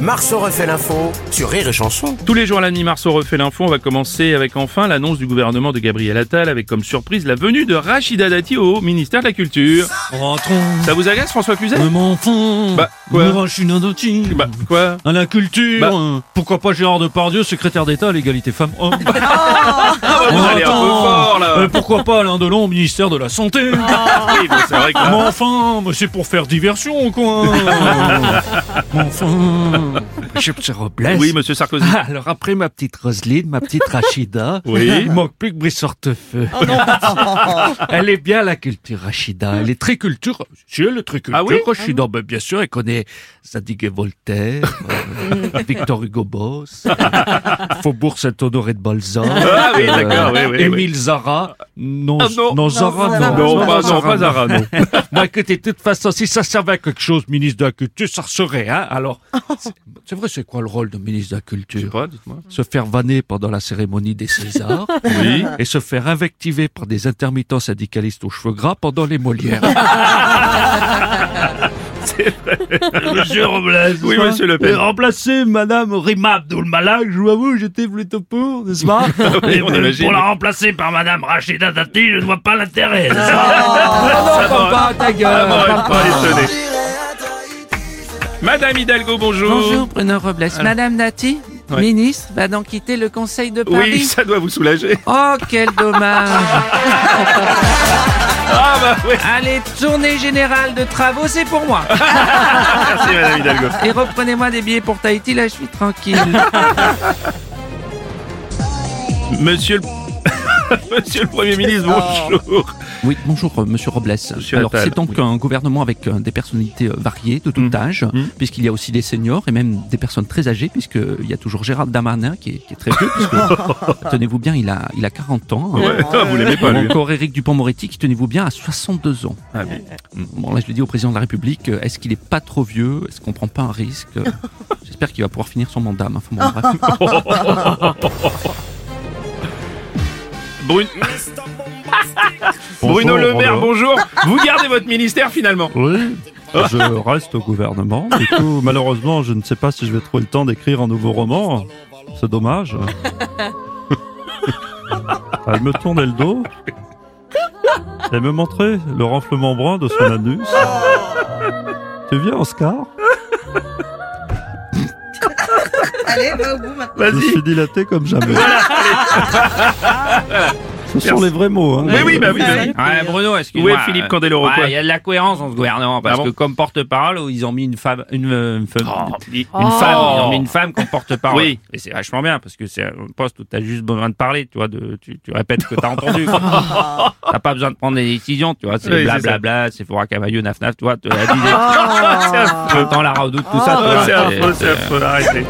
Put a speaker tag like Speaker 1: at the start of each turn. Speaker 1: Marceau refait l'info sur Rire et Chanson.
Speaker 2: Tous les jours à la mi-mars, on refait l'info. On va commencer avec enfin l'annonce du gouvernement de Gabriel Attal avec comme surprise la venue de Rachida Dati au ministère de la Culture.
Speaker 3: Rentrons,
Speaker 2: Ça vous agace, François Cluzet
Speaker 3: me m'enfons.
Speaker 2: Bah, quoi
Speaker 3: Nous rachinons nos teams.
Speaker 2: Bah, quoi
Speaker 3: À la culture.
Speaker 2: Bah.
Speaker 3: euh, Pourquoi pas Gérard Depardieu, secrétaire d'État à l'égalité femmes-hommes.
Speaker 2: Bah, Ah, Vous allez un peu
Speaker 3: Oh, Attends.
Speaker 2: fort, là Ah.
Speaker 3: Euh, Pourquoi pas Alain Delon, au ministère de la Santé.
Speaker 2: Oui, bon, c'est vrai que là-
Speaker 3: Mais enfin, mais c'est pour faire diversion, quoi. Mais enfin. Je me Robles.
Speaker 2: Oui, monsieur Sarkozy.
Speaker 3: Ah, Alors après ma petite Roselyne, ma petite Rachida,
Speaker 2: Oui.
Speaker 3: il manque plus que Brice Sortefeu. elle est bien la culture Rachida, elle est très culture. Si elle est très culture
Speaker 2: Ah oui
Speaker 3: Rachida, ben, bien sûr, elle connaît Zadig et Voltaire, euh, Victor Hugo Boss, Faubourg Saint-Honoré de Balzac,
Speaker 2: Ah oui, d'accord, oui, oui, oui.
Speaker 3: Émile Zara, non,
Speaker 2: Ah non.
Speaker 3: non, Zara, non,
Speaker 2: Non, pas, non, pas Zara, non.
Speaker 3: Bon, Bah, écoutez, de toute façon, si ça servait à quelque chose, ministre de la Culture, ça serait, hein. Alors, c'est- c'est vrai, c'est quoi le rôle de ministre de la
Speaker 2: Je sais
Speaker 3: Culture
Speaker 2: pas, dites-moi.
Speaker 3: se faire vanner pendant la cérémonie des Césars
Speaker 2: Oui.
Speaker 3: et se faire invectiver par des intermittents syndicalistes aux cheveux gras pendant les Molières.
Speaker 2: Monsieur Robles. Oui, monsieur Le Pen.
Speaker 3: remplacer Madame Rima Abdul Malak, je vous avoue, j'étais plutôt pour, n'est-ce pas
Speaker 2: Oui, on imagine.
Speaker 3: remplacer par Madame Rachida Dati, je ne vois pas l'intérêt.
Speaker 2: Ça va.
Speaker 3: euh,
Speaker 2: Ça m'aurait pas étonné. Madame Hidalgo, bonjour.
Speaker 4: Bonjour Bruno Robles. Madame Dati,
Speaker 2: Ouais.
Speaker 4: ministre, va donc quitter le Conseil de Paris.
Speaker 2: Oui, ça doit vous soulager.
Speaker 4: Oh, quel dommage.
Speaker 2: Ah bah oui.
Speaker 4: Allez, tournée générale de travaux, c'est pour moi.
Speaker 2: Merci, madame Hidalgo.
Speaker 4: Et reprenez-moi des billets pour Tahiti, là je suis tranquille.
Speaker 2: Monsieur le... Monsieur le Premier ministre, bonjour.
Speaker 5: Oui, bonjour euh, Monsieur Robles.
Speaker 2: Monsieur
Speaker 5: Alors
Speaker 2: Attal,
Speaker 5: c'est donc un gouvernement avec euh, des personnalités euh, variées de tout
Speaker 2: Mm.
Speaker 5: âge, puisqu'il y a aussi des seniors et même des personnes très âgées, puisqu'il y a toujours Gérald Darmanin qui est, qui est très vieux, puisque tenez-vous bien, il a, il a 40 ans.
Speaker 2: Ouais, ah, vous l'aimez pas,
Speaker 5: Ou
Speaker 2: lui.
Speaker 5: encore Éric Dupont-Moretti qui, tenez-vous bien, à 62 ans.
Speaker 2: Ah oui.
Speaker 5: Mm. Bon là je le dis au président de la République, euh, est-ce qu'il est pas trop vieux Est-ce qu'on prend pas un risque Euh, J'espère qu'il va pouvoir finir son mandat. mais enfin, bon, bref.
Speaker 2: Brun- Bruno Le Maire, bonjour. Vous gardez votre ministère finalement.
Speaker 3: Oui, je reste au gouvernement. Du coup, malheureusement, je ne sais pas si je vais trouver le temps d'écrire un nouveau roman. C'est dommage. Elle me tournait le dos. Elle me montrait le renflement brun de son anus. Tu viens, Oscar Allez, va au bout maintenant. Je suis dilaté comme jamais. Ce sont les vrais mots. Hein,
Speaker 2: Mais oui, bah oui. bah oui.
Speaker 6: Ouais, Bruno, excuse-moi.
Speaker 2: Où est Philippe Candeloro
Speaker 6: Ouais, Il
Speaker 2: quoi
Speaker 6: y a de la cohérence dans ce gouvernement parce
Speaker 2: Ah bon
Speaker 6: que comme porte-parole, ils ont mis une femme, une, euh, une femme,
Speaker 2: Oh, il-
Speaker 6: une femme, ils ont mis une femme comme porte-parole.
Speaker 2: Oui.
Speaker 6: Et c'est vachement bien parce que c'est un poste où t'as juste besoin de parler, tu vois, de, tu, tu répètes ce que t'as entendu. quoi.
Speaker 2: Oh.
Speaker 6: t'as pas besoin de prendre des décisions, tu vois. C'est
Speaker 2: Oui, c'est ça.
Speaker 6: blablabla, c'est Fora Camailleux, naf naf, tu vois. tu as dit des-
Speaker 2: c'est affreux.
Speaker 6: T'entends la redoute, tout ça. tu
Speaker 2: Oh,
Speaker 6: vois,
Speaker 2: c'est
Speaker 6: c'est-
Speaker 2: affreux, c'est
Speaker 6: c'est-
Speaker 2: affreux. Arrêtez.